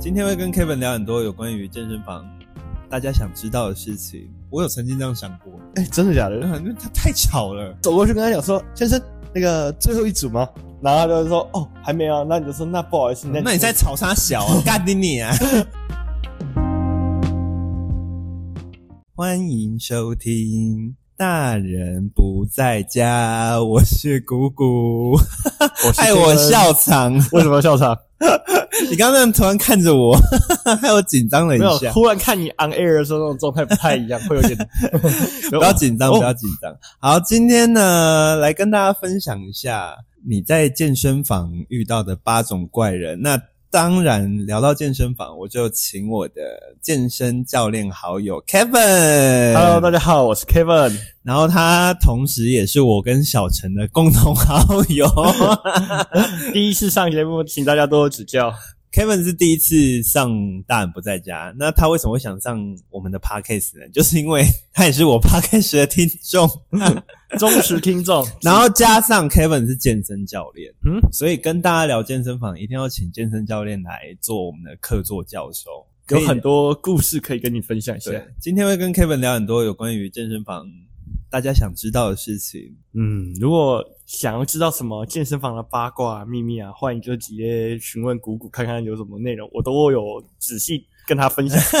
今天会跟 Kevin 聊很多有关于健身房大家想知道的事情。我有曾经这样想过，哎、真的假的？因为他太巧了。走过去跟他讲说：“先生，那个最后一组吗？”然后他就说：“哦，还没有。”那你就哦说：“那不好意思，你再那你在吵啥小 啊？干你你啊！欢迎收听《大人不在家》，我是谷谷，我 是害我笑场。为什么要笑场？你刚刚那样突然看着我， 害我紧张了没有一，下。忽然看你 on air 的时候那种状态不太一样，会有 点不 要紧张，哦不要紧张。好，今天呢，来跟大家分享一下你在健身房遇到的八种怪人。那当然，聊到健身房，我就请我的健身教练好友 Kevin。 Hello，大家好，我是 Kevin。然后他同时也是我跟小陈的共同好友。 第一次上节目，请大家多多指教。 Kevin 是第一次上大人不在家，那他为什么会想上我们的 podcast 呢？就是因为他也是我 podcast 的听众。忠实听众，然后加上 Kevin 是健身教练，嗯嗯，所以跟大家聊健身房，一定要请健身教练来做我们的客座教授，有可以很多故事可以跟你分享一下。对。今天会跟 Kevin 聊很多有关于健身房大家想知道的事情。嗯，如果想要知道什么健身房的八卦、啊、秘密啊，欢迎就直接询问谷谷看看有什么内容，我都有仔细跟他分享过。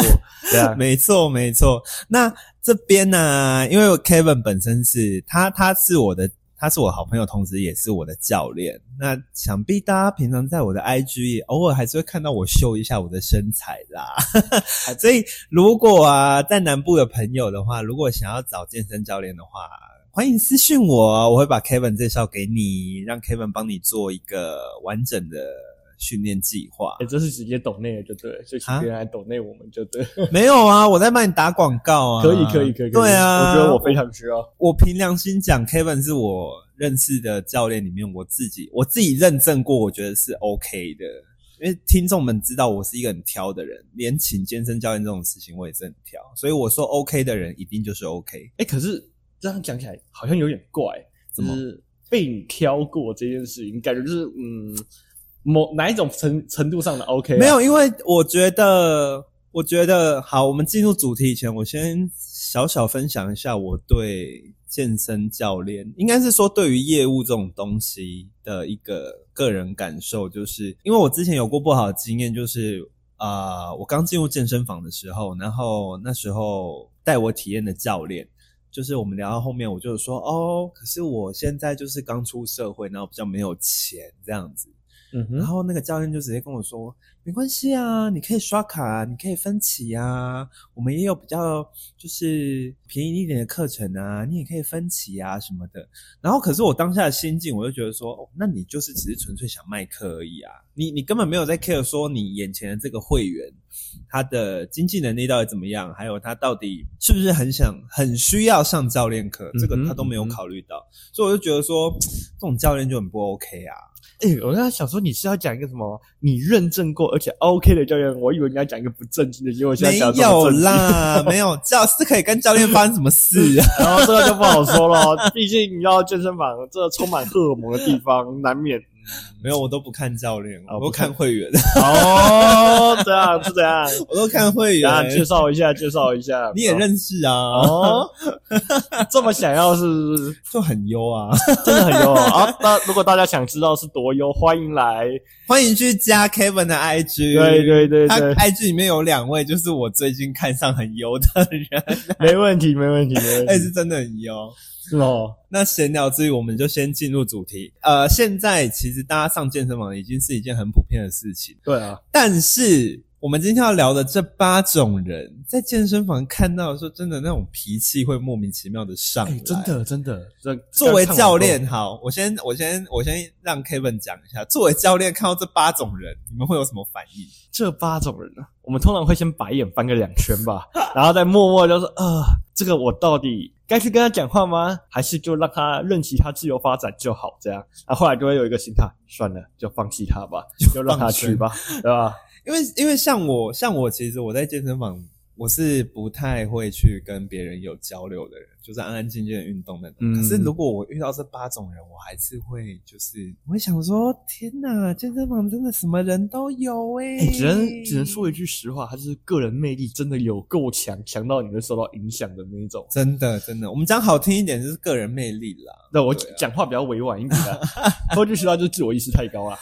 对 啊，没错，没错。那这边呢、因为 Kevin 本身是他，他是我的。他是我好朋友，同时也是我的教练。那想必大家平常在我的 IG 也偶尔还是会看到我秀一下我的身材啦。 所以如果啊在南部的朋友的话，如果想要找健身教练的话，欢迎私讯我，我会把 Kevin 介绍给你，让 Kevin 帮你做一个完整的训练计划哎、。这是直接抖内了，就对了，就请别人来抖内我们就对了。没有啊，我在帮你打广告啊。 可以，可以，可以。可以对啊，我觉得我非常需要。我凭良心讲，Kevin 是我认识的教练里面，我自己我自己认证过，我觉得是 OK 的。因为听众们知道我是一个很挑的人，连请健身教练这种事情我也是很挑，所以我说 OK 的人一定就是 OK。哎、可是这样讲起来好像有点怪，怎么就是被你挑过这件事情，感觉就是嗯，某哪一种程程度上的 OK？、啊嗯没有，，因为我觉得，我觉得好，我们进入主题以前，我先小小分享一下我对健身教练，应该是说对于业务这种东西的一个个人感受，就是因为我之前有过不好的经验，就是啊、呃我刚进入健身房的时候，然后那时候带我体验的教练。就是我们聊到后面，我就说哦，可是我现在就是刚出社会，然后比较没有钱这样子。嗯然哼，后那个教练就直接跟我说：“没关系啊，你可以刷卡啊，你可以分期啊，我们也有比较就是便宜一点的课程啊，你也可以分期啊什么的。”然后可是我当下的心境，我就觉得说：“哦，那你就是只是纯粹想卖课而已啊，你你根本没有在 care 说你眼前的这个会员他的经济能力到底怎么样，还有他到底是不是很想很需要上教练课，这个嗯哼他都没有嗯哼考虑到，所以我就觉得说这种教练就很不 OK 啊。”哎、我刚才想说你是要讲一个什么你认证过而且 OK 的教练，我以为你要讲一个不正经的，结果现在没讲得这么有正经，啦，没有教是可以跟教练发生什么事 啊？然后这个就不好说了，毕竟你要健身房这充满荷尔蒙的地方，难免没有，我都不看教练，哦我都不看看会员，哦，这样是这样， 我都看会员大。家介绍一下，介绍一下，你也认识啊，哦，这么想要是不是就很优啊！真的很优啊！啊那如果大家想知道是多优，欢迎来，欢迎去加 Kevin 的 IG，对对对他对， IG 里面有两位，就是我最近看上很优的人，没问题，没问题，没问哎，题，是真的很优。是哦，那闲聊之余，我们就先进入主题。呃，现在其实大家上健身房已经是一件很普遍的事情。对啊，但是我们今天要聊的这八种人，在健身房看到的时候，真的那种脾气会莫名其妙的上来。哎，真，的真的，这作为教练，好，我先我先我先让 Kevin 讲一下，作为教练看到这八种人，你们会有什么反应？这八种人呢，我们通常会先白眼翻个两圈吧，然后再默默就说：“呃，这个我到底该去跟他讲话吗？还是就让他任其他自由发展就好？”这样，然后后来就会有一个心态，算了，就放弃他吧，就让他去 吧，对吧？因为因为像我像我，其实我在健身房我是不太会去跟别人有交流的人，就是安安静静的运动那种。嗯可是如果我遇到这八种人，我还是会就是，我会想说，天哪，健身房真的什么人都有哎、哎、只能只能说一句实话，他就是个人魅力真的有够强，强到你会受到影响的那一种。真的真的，我们讲好听一点就是个人魅力啦，那我讲话比较委婉一点啊， 不过就实话就是自我意识太高了。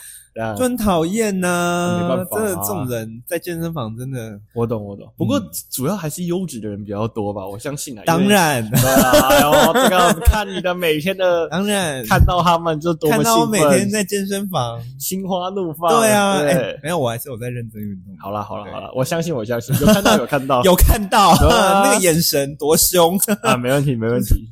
啊就，很讨厌呐。没办法啊真的这种人在健身房真的，我懂我懂。不过主要还是优质的人比较多吧，我相信啊。因嗯为当，然对啊，哎呦，这个看你的每天 的，当然，看到他们就多么看到我兴每奋，天在健身房，心花怒放。对啊，对哎、没有，我还是有在认真运动。好啦好啦对好啦，我相信我相信，有看到有看到 有看到、对啊那个眼神多凶。啊，没问题没问题，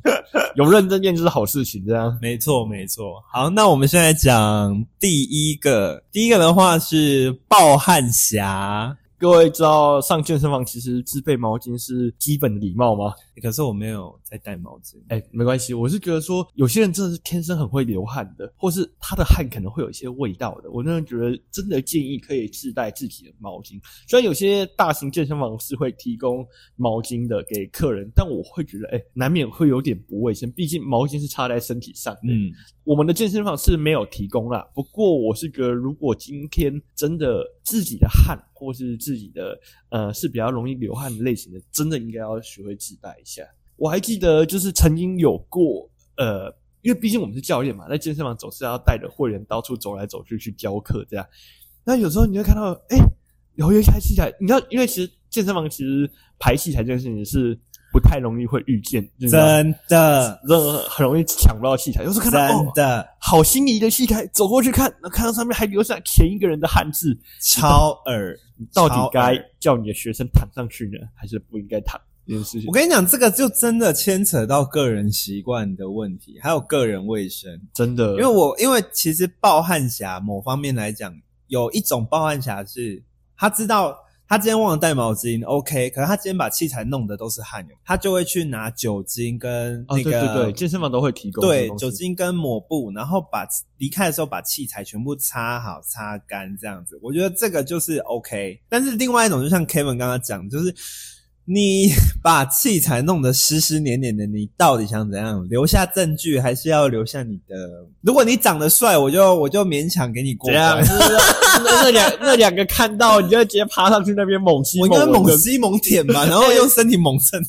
有认真练就是好事情，这样。 没错，没错。好，那我们现在讲第一个，第一个的话是暴汗侠，各位知道上健身房其实自备毛巾是基本的礼貌吗？可是我没有在戴毛巾。哎、没关系，我是觉得说有些人真的是天生很会流汗的，或是他的汗可能会有一些味道的。我真的觉得真的建议可以自带自己的毛巾，虽然有些大型健身房是会提供毛巾的给客人，但我会觉得哎、难免会有点不卫生，毕竟毛巾是插在身体上的。嗯，我们的健身房是没有提供啦，不过我是觉得，如果今天真的自己的汗或是自己的呃是比较容易流汗类型的，真的应该要学会自带一下。我还记得就是曾经有过呃，因为毕竟我们是教练嘛，在健身房总是要带着会员到处走来走去去教课这样。那有时候你会看到，哎、有一台器材，你知道，因为其实健身房其实排器材这件事情是不太容易会遇见，你知道吗真的，任何很容易抢不到器材，有时候看真到哦。的、好心仪的戏台，走过去看，那看到上面还留下前一个人的汉字，超耳，到底超该耳叫你的学生躺上去呢，还是不应该躺这件事情我？跟你讲，这个就真的牵扯到个人习惯的问题，还有个人卫生。真的，因为我因为其实暴汗侠某方面来讲，有一种暴汗侠是他知道他今天忘了带毛巾，OK，可是他今天把器材弄的都是汗，他就会去拿酒精跟哦，那个、对对对，健身房都会提供这对种东西酒，精跟抹布，然后把离开的时候把器材全部擦好、擦干这样子。我觉得这个就是 OK。但是另外一种，就像 Kevin 刚刚讲，就是你 把器材弄得湿湿黏黏的，你到底想怎样？留下证据，还是要留下你的？如果你长得帅，我就我就勉强给你过怎样？关。就是那那两那两个看到你就直接爬上去那边猛吸我应该猛猛闻的吸猛舔吧，然后 用身体猛蹭。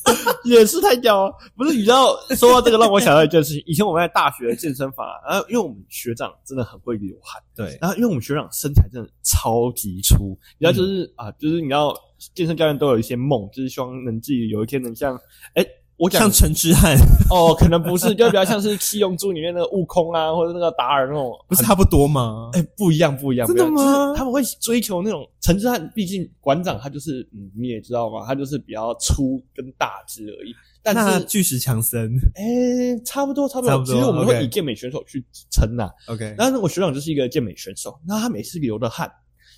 也是太屌了。不是，你知道说到这个，让我想到一件事情。以前我们在大学的健身房啊，然后因为我们学长真的很会流汗。对，然后因为我们学长身材真的超级粗，然后就是、啊，就是你知道健身教练都有一些梦，就是希望能自己有一天能像，哎，我讲像陈之汉，哦，可能不是，就比较像是《七龙珠》里面那个悟空啊，或者那个达尔那 种，不是差不多吗？哎，不一样，不一样，真的不一样吗就是他们会追求那种陈志汉，毕竟馆长他就是，嗯，你也知道嘛，他就是比较粗跟大只而已。但那是，巨石强森哎、差不多，差不差多。不多其实我们会 OK 以健美选手去称呐、 ，OK，但是我学长就是一个健美选手，那他每次流的汗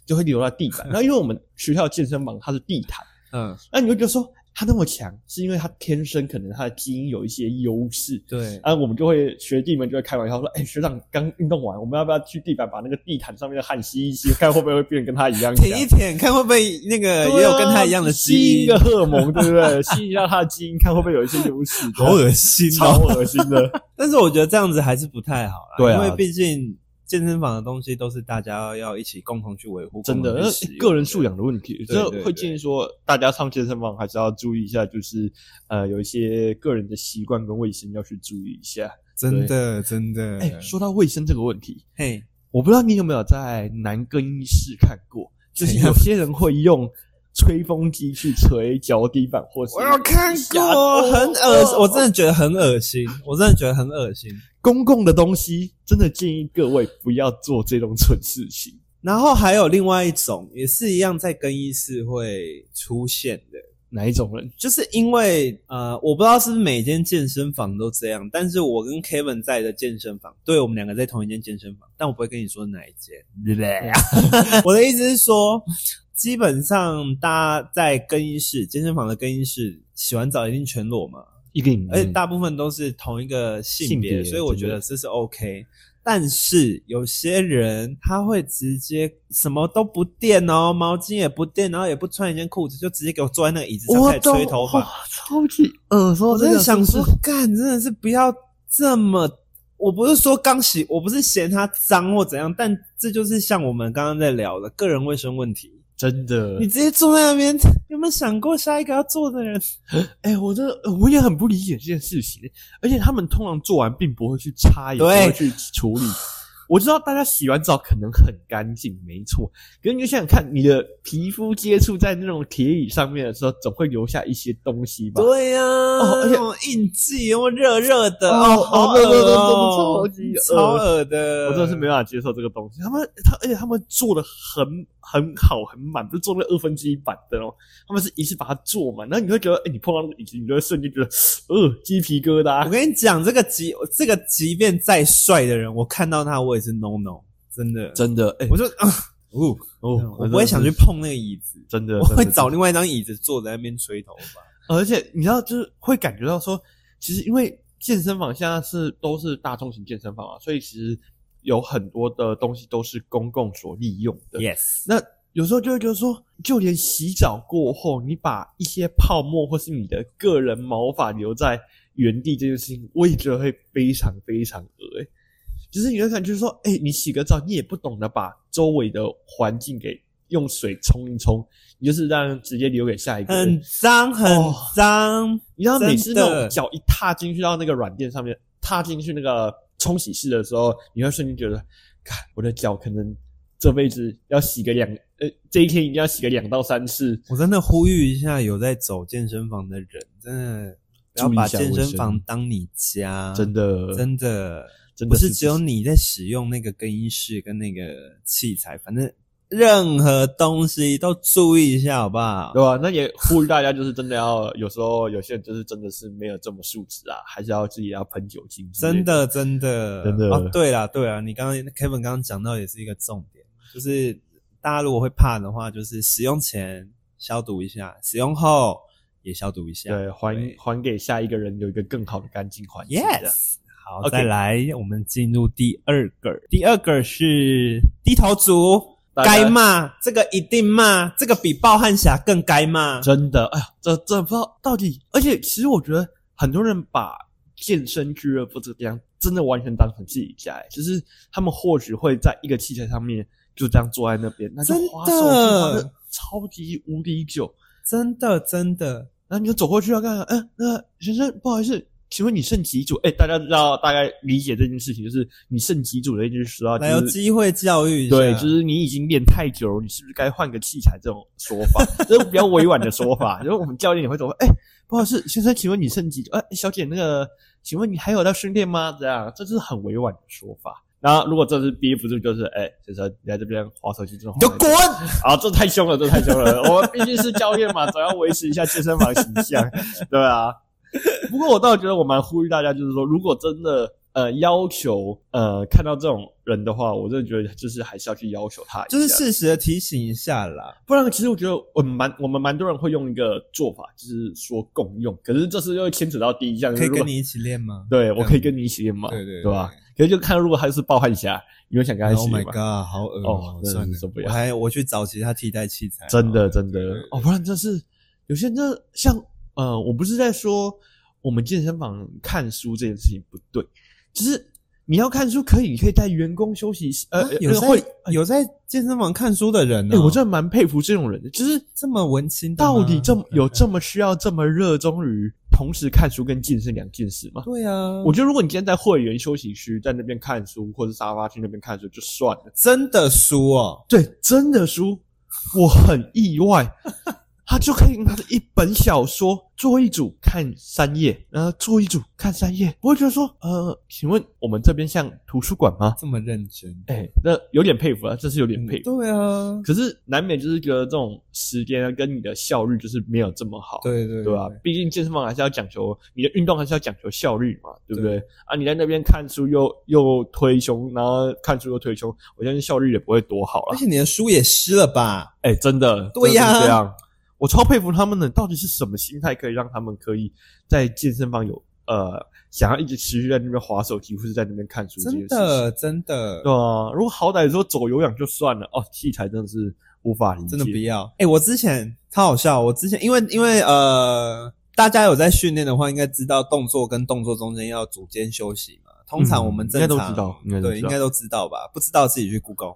就会流到地板。那因为我们学校健身房它是地毯，嗯，那你会觉得说他那么强，是因为他天生可能他的基因有一些优势。对，啊，我们就会学弟们就会开玩笑说：“哎、学长刚运动完，我们要不要去地板把那个地毯上面的汗吸一吸，看会不会变得跟他一样强？舔一舔，看会不会那个对啊也有跟他一样的吸基一因个，荷尔蒙，对不对？吸一下他的基因，看会不会有一些优势。”好恶心超哦！恶心的。但是我觉得这样子还是不太好啦，对啊因为毕竟健身房的东西都是大家要一起共同去维护，真的，共那同去使用个人素养的问题，对这对会对建议说大家上健身房还是要注意一下，就是呃有一些个人的习惯跟卫生要去注意一下。真的真的，哎、说到卫生这个问题，嘿，我不知道你有没有在男更衣室看过，就是怎样有些人会用吹风机去吹脚底板或是我有看过，哦很恶心，哦我真的觉得很恶心，我真的觉得很恶心。公共的东西，真的建议各位不要做这种蠢事情。然后还有另外一种，也是一样在更衣室会出现的，哪一种人？就是因为呃，我不知道是不是每间健身房都这样，但是我跟 Kevin 在的健身房，对我们两个在同一间健身房，但我不会跟你说哪一间。啊 我的意思是说，基本上大家在更衣室、健身房的更衣室洗完澡一定全裸嘛，一个影而且大部分都是同一个性别，嗯性别所以我觉真的得这是 OK。但是有些人他会直接什么都不垫哦，毛巾也不垫，然后也不穿一件裤子，就直接给我坐在那个椅子上开始懂吹头哇发。超级恶说我真真的的想是说，干真的是不要这么。我不是说刚洗，我不是嫌它脏或怎样，但这就是像我们刚刚在聊的个人卫生问题。真的你，直接坐在那边，有没有想过下一个要坐的 人？哎、我真的我也很不理解这件事情，而且他们通常做完并不会去擦，也不对会去处理。我知道大家洗完澡可能很干净，没错，可是你就想想看，你的皮肤接触在那种铁椅上面的时候，总会留下一些东西吧？对呀、哦而且那种印记，然后热热的，哦好对恶对哦、对真的超级超恶恶的，我真的是没办法接受这个东西。他们他而且他们做的很很好很满，不是做那二分之一版的哦，他们是一次把它做满，然后你会觉得，哎、你碰到那个椅子，你就会瞬间觉得，呃，鸡皮疙我瘩。跟你讲，这个即这个即便再帅的人，我看到他我也是 no no，真的，真的，哎、我就啊，哦，哦我不会想去，碰那个椅子，真的，我会真的找另外一张椅子坐在那边吹头发。而且你知道，就是会感觉到说，其实因为健身房现在是都是大众型健身房嘛，所以其实有很多的东西都是公共所利用的。 Yes，那有时候就会觉得说，就连洗澡过后，你把一些泡沫或是你的个人毛发留在原地这件事情，我也觉得会非常非常恶欸就是你会感觉说，哎、你洗个澡，你也不懂得把周围的环境给用水冲一冲，你就是让直接留给下一个人很。脏很哦脏，你知道每次那真种的脚一踏进去到那个软垫上面，踏进去那个冲洗室的时候，你会瞬间觉得，看我的脚可能这辈子要洗个两，呃，这一天一定要洗个两到三次。我真的呼吁一下，有在走健身房的人，真的不要注意一把下健卫身生房当你家，真的，啊真的真不的是是只有你在使用那个更衣室跟那个器材，反正任何东西都注意一下，好不好对？吧、啊那也呼吁大家，就是真的要，有时候有些人就是真的是没有这么素质啊，还是要自己要喷酒精之类。真的，真的，真的哦，对啦，对啦，你刚刚 Kevin 刚刚讲到也是一个重点，就是大家如果会怕的话，就是使用前消毒一下，使用后也消毒一下，对，还还给下一个人有一个更好的干净环境。这样 Yes，好 OK 再来，我们进入第二个，第二个是低头族，大家该骂这个一定骂，这个比暴汉侠更该骂。真的，哎呀，这这不知道到底，而且其实我觉得很多人把健身俱乐部这个地方真的完全当成自己家，哎就是他们或许会在一个器材上面就这样坐在那边，那就真的滑手机滑的超级无敌久，真的，真的，然后你就走过去要干啥？嗯，那先生，不好意思。请问你剩几组？哎、大家知道大概理解这件事情，就是你剩几组的意思是说，来有就是机会教育一下。对，就是你已经练太久了，你是不是该换个器材？这种说法， 这是比较委婉的说法。因为我们教练也会说，哎、不好意思，先生，请问你剩几组？哎、小姐，那个，请问你还有在训练吗？这样，这是很委婉的说法。然后，如果这是憋不住，就是哎、先生，你在这边划手机，这种你就 滚！啊，这太凶了，这太凶了。我们毕竟是教练嘛，总要维持一下健身房形象，对啊。不过我倒觉得我蛮呼吁大家，就是说，如果真的呃要求呃看到这种人的话，我真的觉得就是还是要去要求他一下，就是适时的提醒一下啦。不然其实我觉得我们蛮我们蛮多人会用一个做法，就是说共用，可是这是又牵扯到第一项，可以就是如跟果你一起练吗？对我可以跟你一起练嘛，对对对吧？可是就看如果他是暴汗侠，你会想跟他一起？Oh 练 my 吗？ god，好恶哦真的算了是受不，了我还我去找其他替代器材。真的好真的对对对哦，不然真是有些人真的像呃，我不是在说我们健身房看书这件事情不对，就是你要看书可以，你可以带员工休息室，呃，啊呃有那个会，在有在健身房看书的人呢哎、，我真的蛮佩服这种人的，就是这么文青的吗，嗯到底这么有这么需要这么热衷于同时看书跟健身两件事吗？对啊，我觉得如果你今天在会员休息区在那边看书，或者沙发去那边看书就算了。真的书哦，对，真的书，我很意 外，他就可以拿着一本小说做一组看三页，然后做一组看三页，我会觉得说，呃，请问我们这边像图书馆吗？这么认真。哎、那有点佩服啊，这是有点佩服。对啊，可是难免就是觉得这种时间啊跟你的效率就是没有这么好，对对对吧？毕竟健身房还是要讲求你的运动，还是要讲求效率嘛，对不对？啊，你在那边看书又又推胸，然后看书又推胸，我相信效率也不会多好啦而。且你的书也湿了吧？哎、真的，对呀真的是这样，我超佩服他们的，到底是什么心态可以让他们可以在健身房有呃想要一直持续在那边划手机或是在那边看书这真件事情。的真的对啊，如果好歹说走有氧就算了，哦，器材真的是无法理解，真的不要。哎、我之前超好笑，我之前因为因为呃，大家有在训练的话，应该知道动作跟动作中间要组间休息嘛。通常我们嗯正常、应该都知道应该都对，知应道该都知道吧？不知道自己去 Google，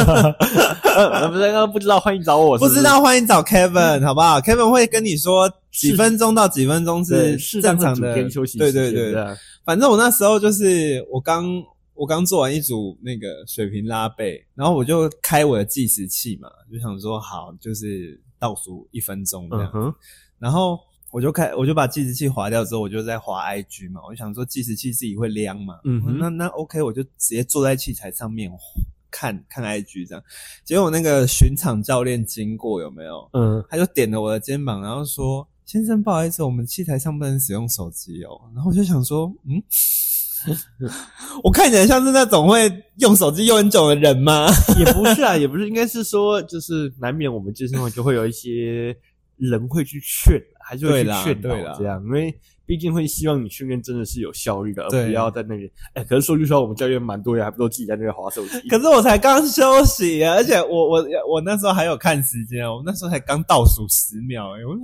呃，不是，那不知道，欢迎找我。是不是知道欢迎找 Kevin 好不好？Kevin 会跟你说几是分钟到几分钟对是适正当的常组的间休息时对间，对对，啊反正我那时候就是我刚我刚做完一组那个水平拉背，然后我就开我的计时器嘛，就想说好就是倒数一分钟这嗯样，哼，然后我就开我就把计时器划掉之后，我就在划 IG 嘛，我就想说计时器自己会亮嘛，嗯哼那那 OK 我就直接坐在器材上面看看 IG 这样，结果那个巡场教练经过有没有？嗯，他就点了我的肩膀，然后说：“先生，不好意思，我们器材上不能使用手机哦。”然后我就想说：“嗯， 我看起来像是那种会用手机用很久的人吗也不是啊，也不是，应该是说，就是难免我们健身房就会有一些人会去劝，还是会对去啦劝导对啦这样，因为毕竟会希望你训练真的是有效率的，而对不要在那里。哎、可是说句实话，我们教练蛮多人还不都自己在那里划手机？”，可是我才刚休息啊，而且我我我那时候还有看时间啊，我那时候才刚倒数十秒哎、我就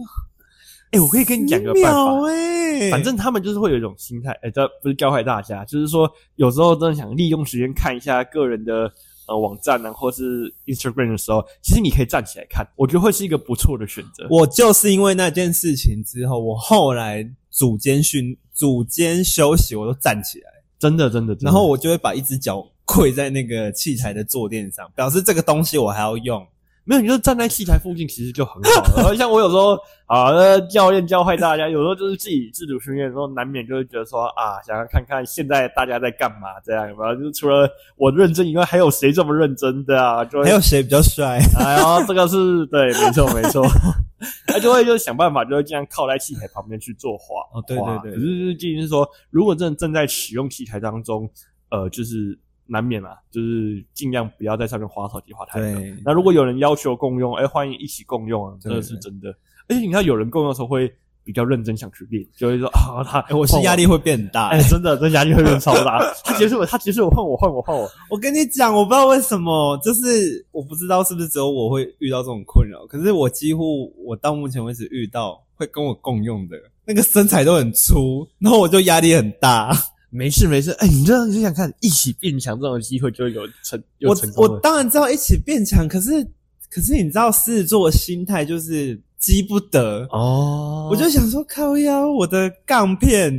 哎、我可以跟你讲个办法秒。哎、反正他们就是会有一种心态，哎、这不是教坏大家，就是说有时候真的想利用时间看一下个人的呃网站啊，或是 Instagram 的时候，其实你可以站起来看，我觉得会是一个不错的选择。我就是因为那件事情之后，我后来组间训组间休息我都站起来。真的，真的，真的然后我就会把一只脚跪在那个器材的坐垫上，表示这个东西我还要用。没有，你就站在器材附近，其实就很 好。然后像我有时候啊，那教练教坏大家，有时候就是自己自主训练的时候，难免就会觉得说啊，想要看看现在大家在干嘛这样。然后就是除了我认真以外，还有谁这么认真的啊？就会还有谁比较帅？哎呦，这个是对，没错没 错，他就会就想办法，就会这样靠在器材旁边去做滑。哦对滑对对可是就是毕竟是说，如果真的正在使用器材当中，呃，就是难免啊，就是尽量不要在上面滑手机滑太久对。那如果有人要求共用，哎、欢迎一起共用啊，这对个是真的。而且你看，有人共用的时候会比较认真想去练，就会说啊，他、哎我是换压力。会变很大。 哎、真的，真的压力会变超 大。他结束了，他结束了，换我，换我，换我。我跟你讲，我不知道为什么，就是我不知道是不是只有我会遇到这种困扰，可是我几乎我到目前为止遇到会跟我共用的那个身材都很粗，然后我就压力很大。没事没事，哎、你这你就想看一起变强这种机会就会有成 有我成功我的。当然知道一起变强，可是可是你知道狮子座的心态就是激不得，哦我就想说，靠腰，我的杠片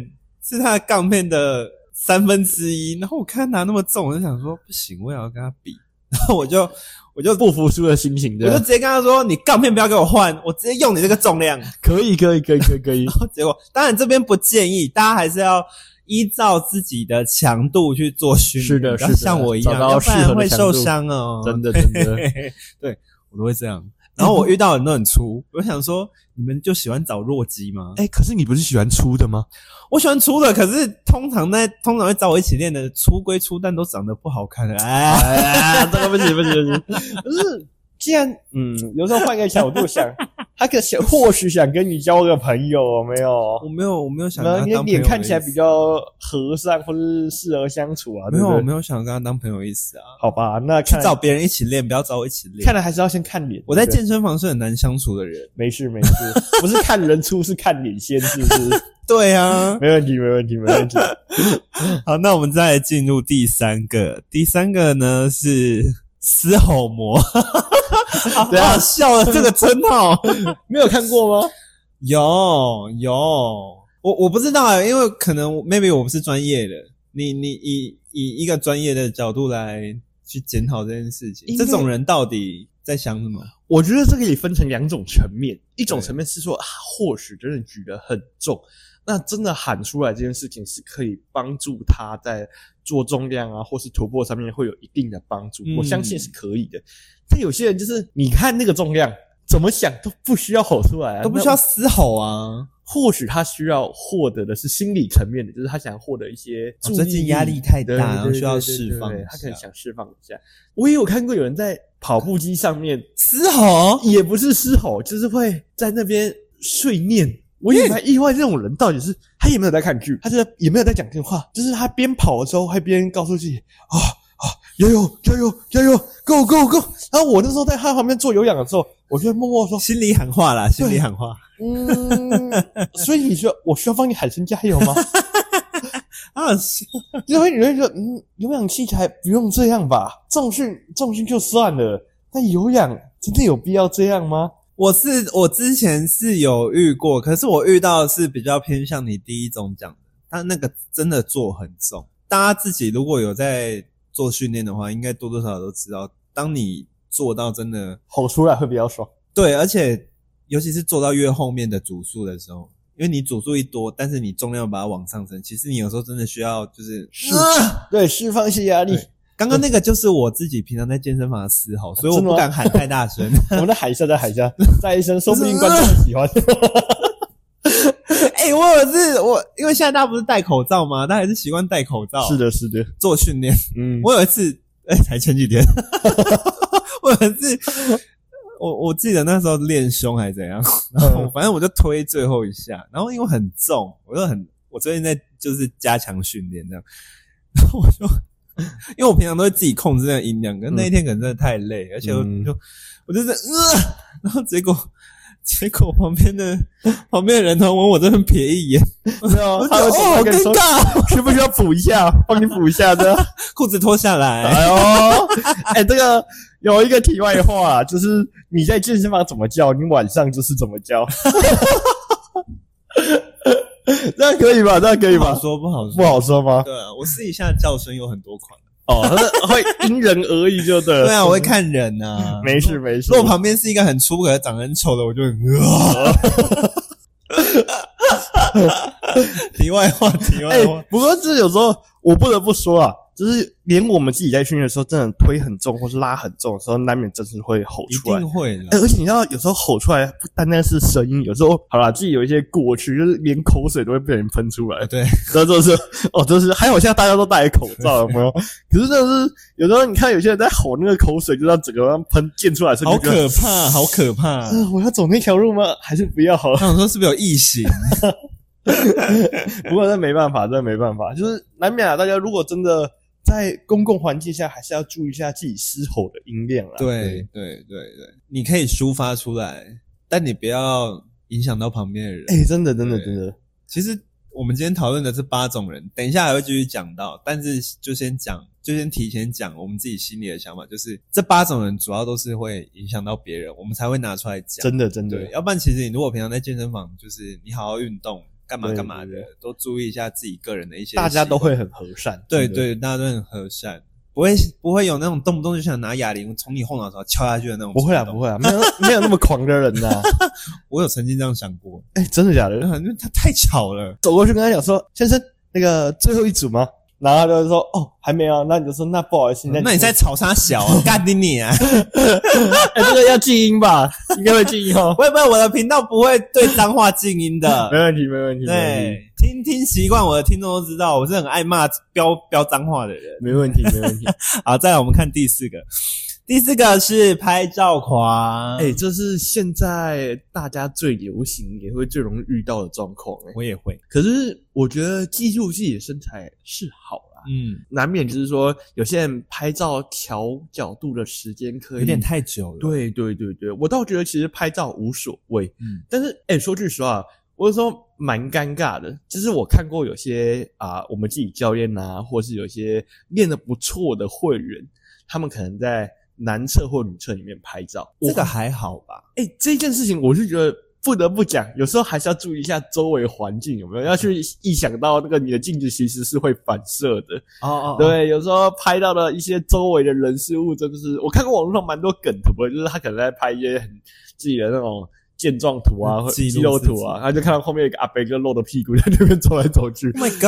是他的杠片的三分之一，然后我看他拿那么重，我就想说不行，我也要跟他比，然后我就我就不服输的心情，我对啊就吧直接跟他说，你杠片不要给我换，我直接用你这个重量。然可以可以可以可以可 以，后结果当然这边不建议，大家还是要。依照自己的强度去做训练，是的不要是的像我一样，找到要不适合然的会强受度伤哦。真的真的嘿，嘿嘿对我都会这样。然后我遇到人都很粗，我想说，你们就喜欢找弱鸡吗？哎、可是你不是喜欢粗的吗？我喜欢粗的，可是通常在通常会找我一起练的粗归粗，但都长得不好看。哎，哎呀，这个不行不行不行，不是，既 然嗯，有时候换个角度 想，他可想或许想跟你交个朋友，有没 我有？没有，我没有想跟那他你当的朋友的脸意思看起来比较和善，或是适合相处啊？没对有，不我对没有想跟他当朋友的意思啊。好吧，那去看来找别人一起练，不要找我一起练看。来还是要先看脸。我在对不对健身房是很难相处的人。没事没事， 不是看人粗，是看脸先，是不是？对啊，没问题，没问题，没 问题。 好，那我们再来进入第三个，第三个呢是嘶吼魔，好等一下 好笑啊了，这个称号。啊没有看过吗？有有，我我不知道啊、因为可能 maybe 我不是专业的，你你以以一个专业的角度来去检讨这件事情，应这该种人到底在想什么？我觉得这个也分成两种层面，一种对层面是说，啊、或许真的举得很重，那真的喊出来这件事情是可以帮助他在做重量啊，或是突破上面会有一定的帮助，嗯我相信是可以的。但有些人就是你看那个重量，怎么想都不需要吼出来、啊，都不需那要嘶吼啊！或许他需要获得的是心理层面的，就是他想获得一些注意力、最近压力太大对然后对需要对释对对放一他可能下想释放一下。我也有看过有人在跑步机上面，嘶吼，也不是嘶吼，就是会在那边碎念。我也蛮意外，这种人到底是他也没有在看剧，他是也没有在讲电话，就是他边跑的时候还边告诉自己啊啊游泳游泳游泳 go go go。然后我那时候在他旁边做有氧的时候，我就会默默说，心里喊话啦，心里喊话嗯，所以你说我需要帮你喊声加油吗？啊，是因为你会说，嗯，有氧器材不用这样吧，重训重训就算了，但有氧真的有必要这样吗？我是我之前是有遇过，可是我遇到的是比较偏向你第一种讲的，他那个真的做很重。大家自己如果有在做训练的话，应该多多少少都知道，当你做到真的吼出来会比较爽。对，而且尤其是做到越后面的组数的时候，因为你组数一多，但是你重量把它往上升，其实你有时候真的需要就是是对，释放一些压力。刚刚那个就是我自己平常在健身房的嘶吼，所以我啊真的不吗敢喊太大声。 我们的海下，在海下，再一声，说不定观众喜欢。 哎、我有是我，因为现在大家不是戴口罩吗？大家还是习惯戴口罩，的，是的，做训练。嗯，我有一次，哎、才前几天， 我有一次，我我记得那时候练胸还是怎样，然嗯后 反正我就推最后一下，然后因为很重，我就很，我最近在就是加强训练这样，然后我就。因为我平常都会自己控制那个音量，可是那一天可能真的太累，而且我嗯就、我就是、呃，然后结果结果旁边的旁边的人突然往我这边瞥一眼，没 有我就觉得哦，好我跟你尴说，尬，需不需要补一下？帮你补一下的。 裤子脱下来， 哎呦，哎，这个有一个题外话，就是你在健身房怎么叫，你晚上就是怎么 叫。这样可以吧？这样可以不好吧？说不好说不。好说吗？对啊，我私底下的叫声有很多款。哦，那会因人而异，就 对了。对啊，我会看人啊。呃嗯没事没事。如果旁边是一个很粗可是长得很丑的，我就很。哦 题外话，题 哎、外话，不过这有时候我不得不说啊，就是连我们自己在训练的时候，真的推很重或是拉很重的时候，难免真是会吼一出来定。会哎、的。而且你知道，有时候吼出来不单单是声音，有时候好啦，自己有一些过去，就是连口水都会被人喷出来。 对，这就是哦，就是还好现在大家都戴口罩，有 没有？可是真的是有时候你看有些人在吼那个口水，就让整个人喷溅出来的时候，好你就觉得可怕，好可 怕。啊我要走那条路吗？还是不要好了我？想说是不是有异 形？不过那没办法，真的没办法，就是难免啊。大家如果真的在公共环境下，还是要注意一下自己嘶吼的音量啊啦。对，对对对，你可以抒发出来，但你不要影响到旁边的人。哎、真的，真的，对真的，其实我们今天讨论的是八种人，等一下还会继续讲到，但是就先讲，就先提前讲我们自己心里的想法，就是这八种人主要都是会影响到别人，我们才会拿出来讲。真的，真的对，，要不然其实你如果平常在健身房，就是你好好运动，干嘛对干嘛的对，都注意一下自己个人的一些习惯，大家都会很和善。对真的，对，大家都很和善。不会不会有那种动不动就想拿哑铃从你后脑勺敲下去的那种。不会啊，不，会啊，没有没有那么狂的人呐、啊 我有曾经这样想过，哎、真的假的？因为他太巧了。走过去跟他讲说：“先生，那个最后一组吗？”然后他就说：“哦，还没有。”那你就说：“嗯那不好意思，那你在吵啥小啊？干你你啊！ 哎、这个要静音吧？应该会静音哦。 不会不会，我的频道不会对脏话静音 没的。问题，没问题，没问题。对，听听习惯我的听众都知道，我是很爱骂飙飙脏话的人。没问题，没问题。好，再来我们看第四个，第四个是拍照狂。哎、这是现在大家最流行也会最容易遇到的状况、哎，我也会，可是我觉得记住自己的身材是好啦，嗯，难免就是说有些人拍照调角度的时间可以有点。太久了。，对对对对，我倒觉得其实拍照无所谓，嗯，但是哎、说句实话，我有时候蛮尴尬的。就是我看过有些啊、我们自己教练啊，或是有些练得不错的会员，他们可能在男厕或女厕里面拍照，我这个还好吧？哎、这件事情我是觉得不得不讲，有时候还是要注意一下周围环境有没有，要去意想到那个你的镜子其实是会反射的。哦哦，对，有时候拍到的一些周围的人事物，真的是我看过网络上蛮多梗图的，就是他可能在拍一些很自己的那种。健壮图啊，或记录肌肉自图己啊，然后就看到后面有一个阿伯哥露着屁股在那边走来走 去， ，Oh my 对 God，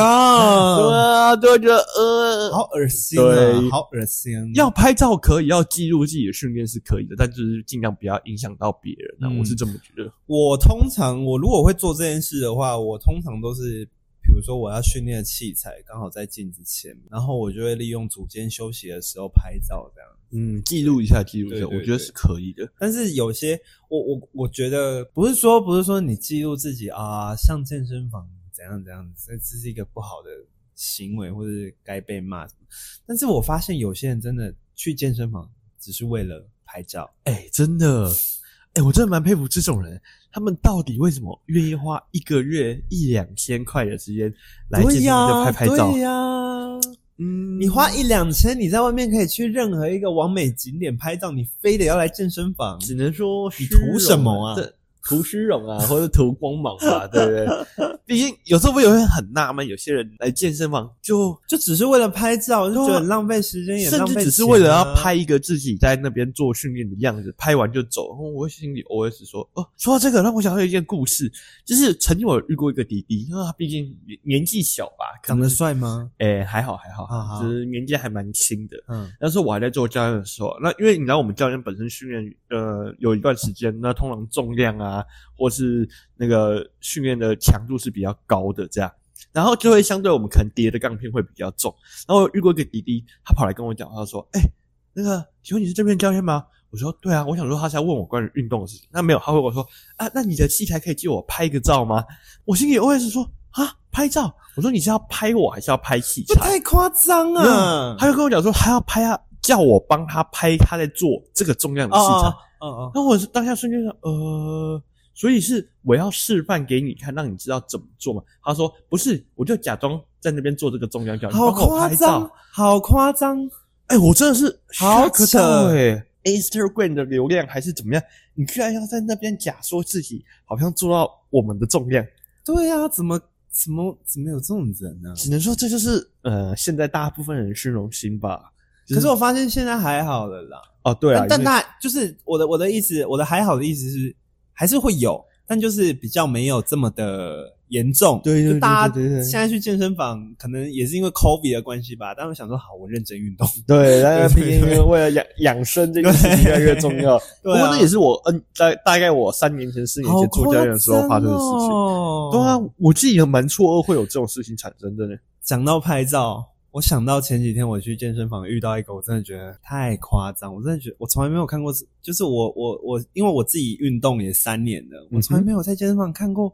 啊，就会觉得呃，好恶心啊对，好恶心啊。要拍照可以，要记录自己的训练是可以的，但就是尽量不要影响到别人啊，嗯我是这么觉得。我通常我如果会做这件事的话，我通常都是比如说我要训练的器材刚好在镜子前面，然后我就会利用组间休息的时候拍照这样。嗯，记录一下，记录一下，对对我觉得是可以的。但是有些我我我觉得不是说不是说你记录自己啊，上健身房怎样怎样，这这是一个不好的行为，或者是该被骂什么。但是我发现有些人真的去健身房只是为了拍照，哎、真的，哎、我真的蛮佩服这种人，他们到底为什么愿意花一个月一两千块的时间来健对身呀房拍拍照？对呀、嗯，你花一两千，你在外面可以去任何一个完美景点拍照，你非得要来健身房，只能说你虚图荣什么啊这图虚荣啊，或者图光芒啊，对不对？ 毕竟有时候我也会很纳闷，有些人来健身房就就只是为了拍照，就觉得对啊浪费时间，也甚浪至费只是钱为了要啊拍一个自己在那边做训练的样子，拍完就走。然后我心里 OS 说：“哦，说到这个，让我想到一件故事，就是曾经我有遇过一个弟弟，因为他毕竟年年纪小吧，可长能得帅吗？啊哎、还好还好，好好就是年纪还蛮轻的。嗯，那时候我还在做教练的时候，那因为你知道我们教练本身训练呃有一段时间，那通常重量啊或是那个训练的强度是比较高的这样，然后就会相对我们可能叠的杠片会比较重。然后我遇过一个弟弟，他跑来跟我讲，他说：“哎、那个，请问你是这边的教练吗？”我说：“对啊，我想说他是要问我关于运动的事情。”那没有，他问我说：“啊，那你的器材可以借我拍个照吗？”我心里 OS 说：“啊，拍照？”我说：“你是要拍我还是要拍器这材？”太夸张啊没有了。他就跟我讲说，他要拍他，叫我帮他拍他在做这个重量的器材。哦哦，那、我是当下瞬间说，呃，所以是我要示范给你看，让你知道怎么做嘛。他说不是，我就假装在那边做这个重量，叫你好帮我夸拍照张。，好夸张！哎、我真的是好 shock 扯到欸 Instagram 的流量还是怎么样？你居然要在那边假说自己好像做到我们的重量，对啊，怎么怎么怎么有这种人呢、只能说这就是呃，现在大部分人虚荣心吧。可是我发现现在还好了啦。哦，对啊，但但因为那就是我的我的意思，我的还好的意思是还是会有，但就是比较没有这么的严重。对对就大家对对对对现在去健身房，可能也是因为 COVID 的关系吧。但我想说，好，我认真运 动。 对，但是毕对对竟因为为了养养生这个事情越来越重要。对 不过啊，那也是我嗯，大大概我三年前、四年好前做教夸练的时候发生的事情。张哦对啊，我自己也蛮错愕会有这种事情产生的呢。讲到拍照，我想到前几天我去健身房遇到一个，我真的觉得太夸张，我真的觉得我从来没有看过，就是我我我，因为我自己运动也三年了，我从来没有在健身房看过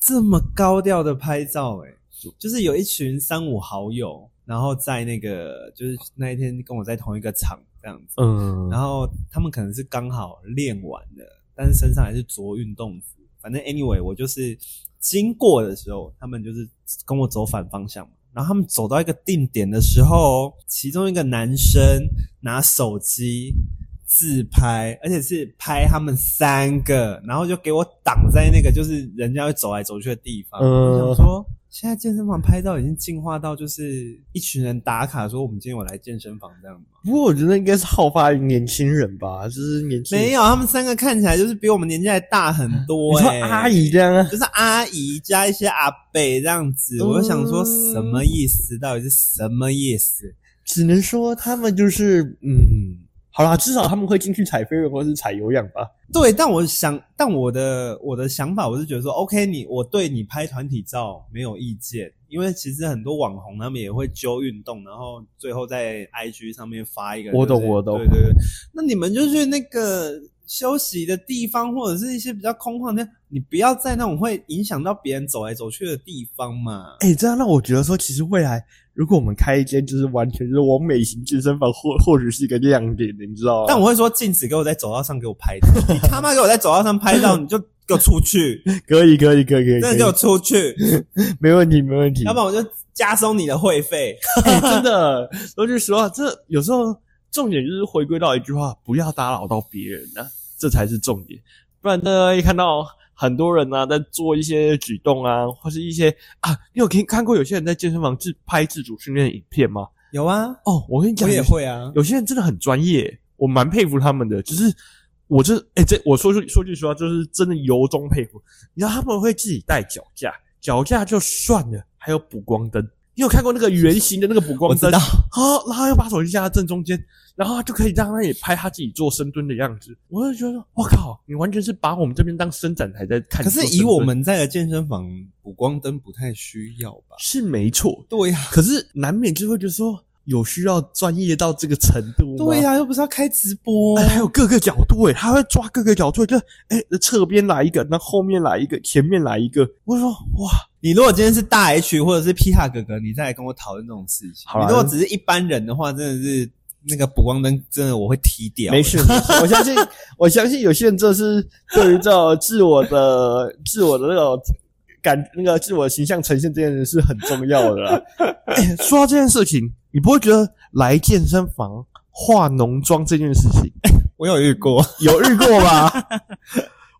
这么高调的拍照、欸，就是有一群三五好友，然后在那个就是那一天跟我在同一个场这样子，嗯然后他们可能是刚好练完的，但是身上还是着运动服。反正 anyway，我就是经过的时候，他们就是跟我走反方向嘛。然后他们走到一个定点的时候，其中一个男生拿手机自拍，而且是拍他们三个，然后就给我挡在那个就是人家会走来走去的地方。我想说，现在健身房拍照已经进化到就是一群人打卡说我们今天有来健身房这样吗？不过我觉得应该是好发于年轻人吧，就是年轻没有有，他们三个看起来就是比我们年纪还大很多、你说欸。阿，姨这样啊，就是阿姨加一些阿伯这样子，嗯我就想说什么意思？到底是什么意思？只能说他们就是嗯，好啦，至少他们会进去踩飞轮或是踩有氧吧。对，但我想，但我的我的想法，我是觉得说，OK，你我对你拍团体照没有意见，因为其实很多网红他们也会揪运动，然后最后在 IG 上面发一个、我懂就是我懂对对对，那你们就去那个休息的地方，或者是一些比较空旷的，你不要在那种会影响到别人走来走去的地方嘛。哎、这样让我觉得说，其实未来如果我们开一间就是完全就是完美型健身房，或或许是一个亮点的，你知道吗？但我会说，禁止给我在走道上给我拍照，你他妈给我在走道上拍照，你就给我出 去，可以可以可以可以，真可的以给我出去，没问题没问题。要 不然我就加收你的会费。哎，真的，说句实话，这有时候重点就是回归到一句话，不要打扰到别人啊，这才是重点。不然大家一看到很多人啊，在做一些举动啊，或是一些啊，你有听看过有些人在健身房自拍自主训练的影片吗？有啊，哦，我跟你讲，我也有些会啊。有些人真的很专业，我蛮佩服他们的。就是我这哎、这我说句说句实话，就是真的由衷佩服。你知道他们会自己带脚架，脚架就算了，还有补光灯，你有看过那个圆形的那个补我光知灯？道，好，然后又把手机架在正中间，然后他就可以让他也拍他自己做深蹲的样子。我就觉得，我靠，你完全是把我们这边当伸展台在看可你做是深蹲。以我们在的健身房，补光灯不太需要吧？是没错，对呀、可是难免就会觉得说，有需要专业到这个程度吗？对啊呀、又不是要开直播 哎、，还有各个角度诶、他会抓各个角度，就哎、侧边来一个，那后面来一个，前面来一个。我说哇，你如果今天是大 H 或者是 P 塔哥哥，你再来跟我讨论这种事情。好你啦如果只是一般人的话，真的是那个补光灯，真的我会踢掉。欸没事，没事我相信，我相信有些人这是对于这种自我的、自我的那种感、那个自我形象呈现这件事是很重要的啦。哎说到这件事情，你不会觉得来健身房化浓妆这件事情我有遇过，有遇过吗？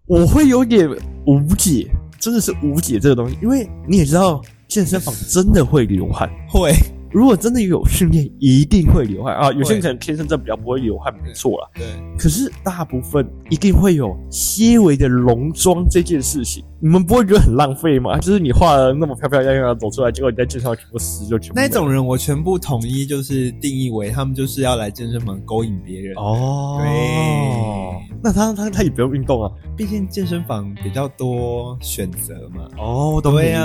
我会有点无解，真的是无解这个东西，因为你也知道，健身房真的会流汗。 会如果真的有训练，一定会流汗啊！有些人会可能天生真的比较不会流汗，没错啦。对，可是大部分一定会有些微的浓妆这件事情，你们不会觉得很浪费吗？就是你化的那么漂漂亮亮地走出来，结果你在健身房全部湿就全部没那了种人我全部统一就是定义为他们就是要来健身房勾引别人。哦，对那他他他也不用运动啊。毕竟健身房比较多选择嘛。哦，我懂对啊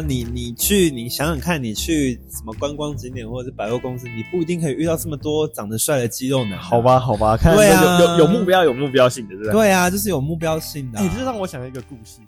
呀、你你去，你想想看，你去什么观光景点或者是百货公司，你不一定可以遇到这么多长得帅的肌肉男、啊好，吧，好吧，看对有啊有有目标，有目标性的，对不对？对啊，就是有目标性的啊、哎、这让我想到一个故事，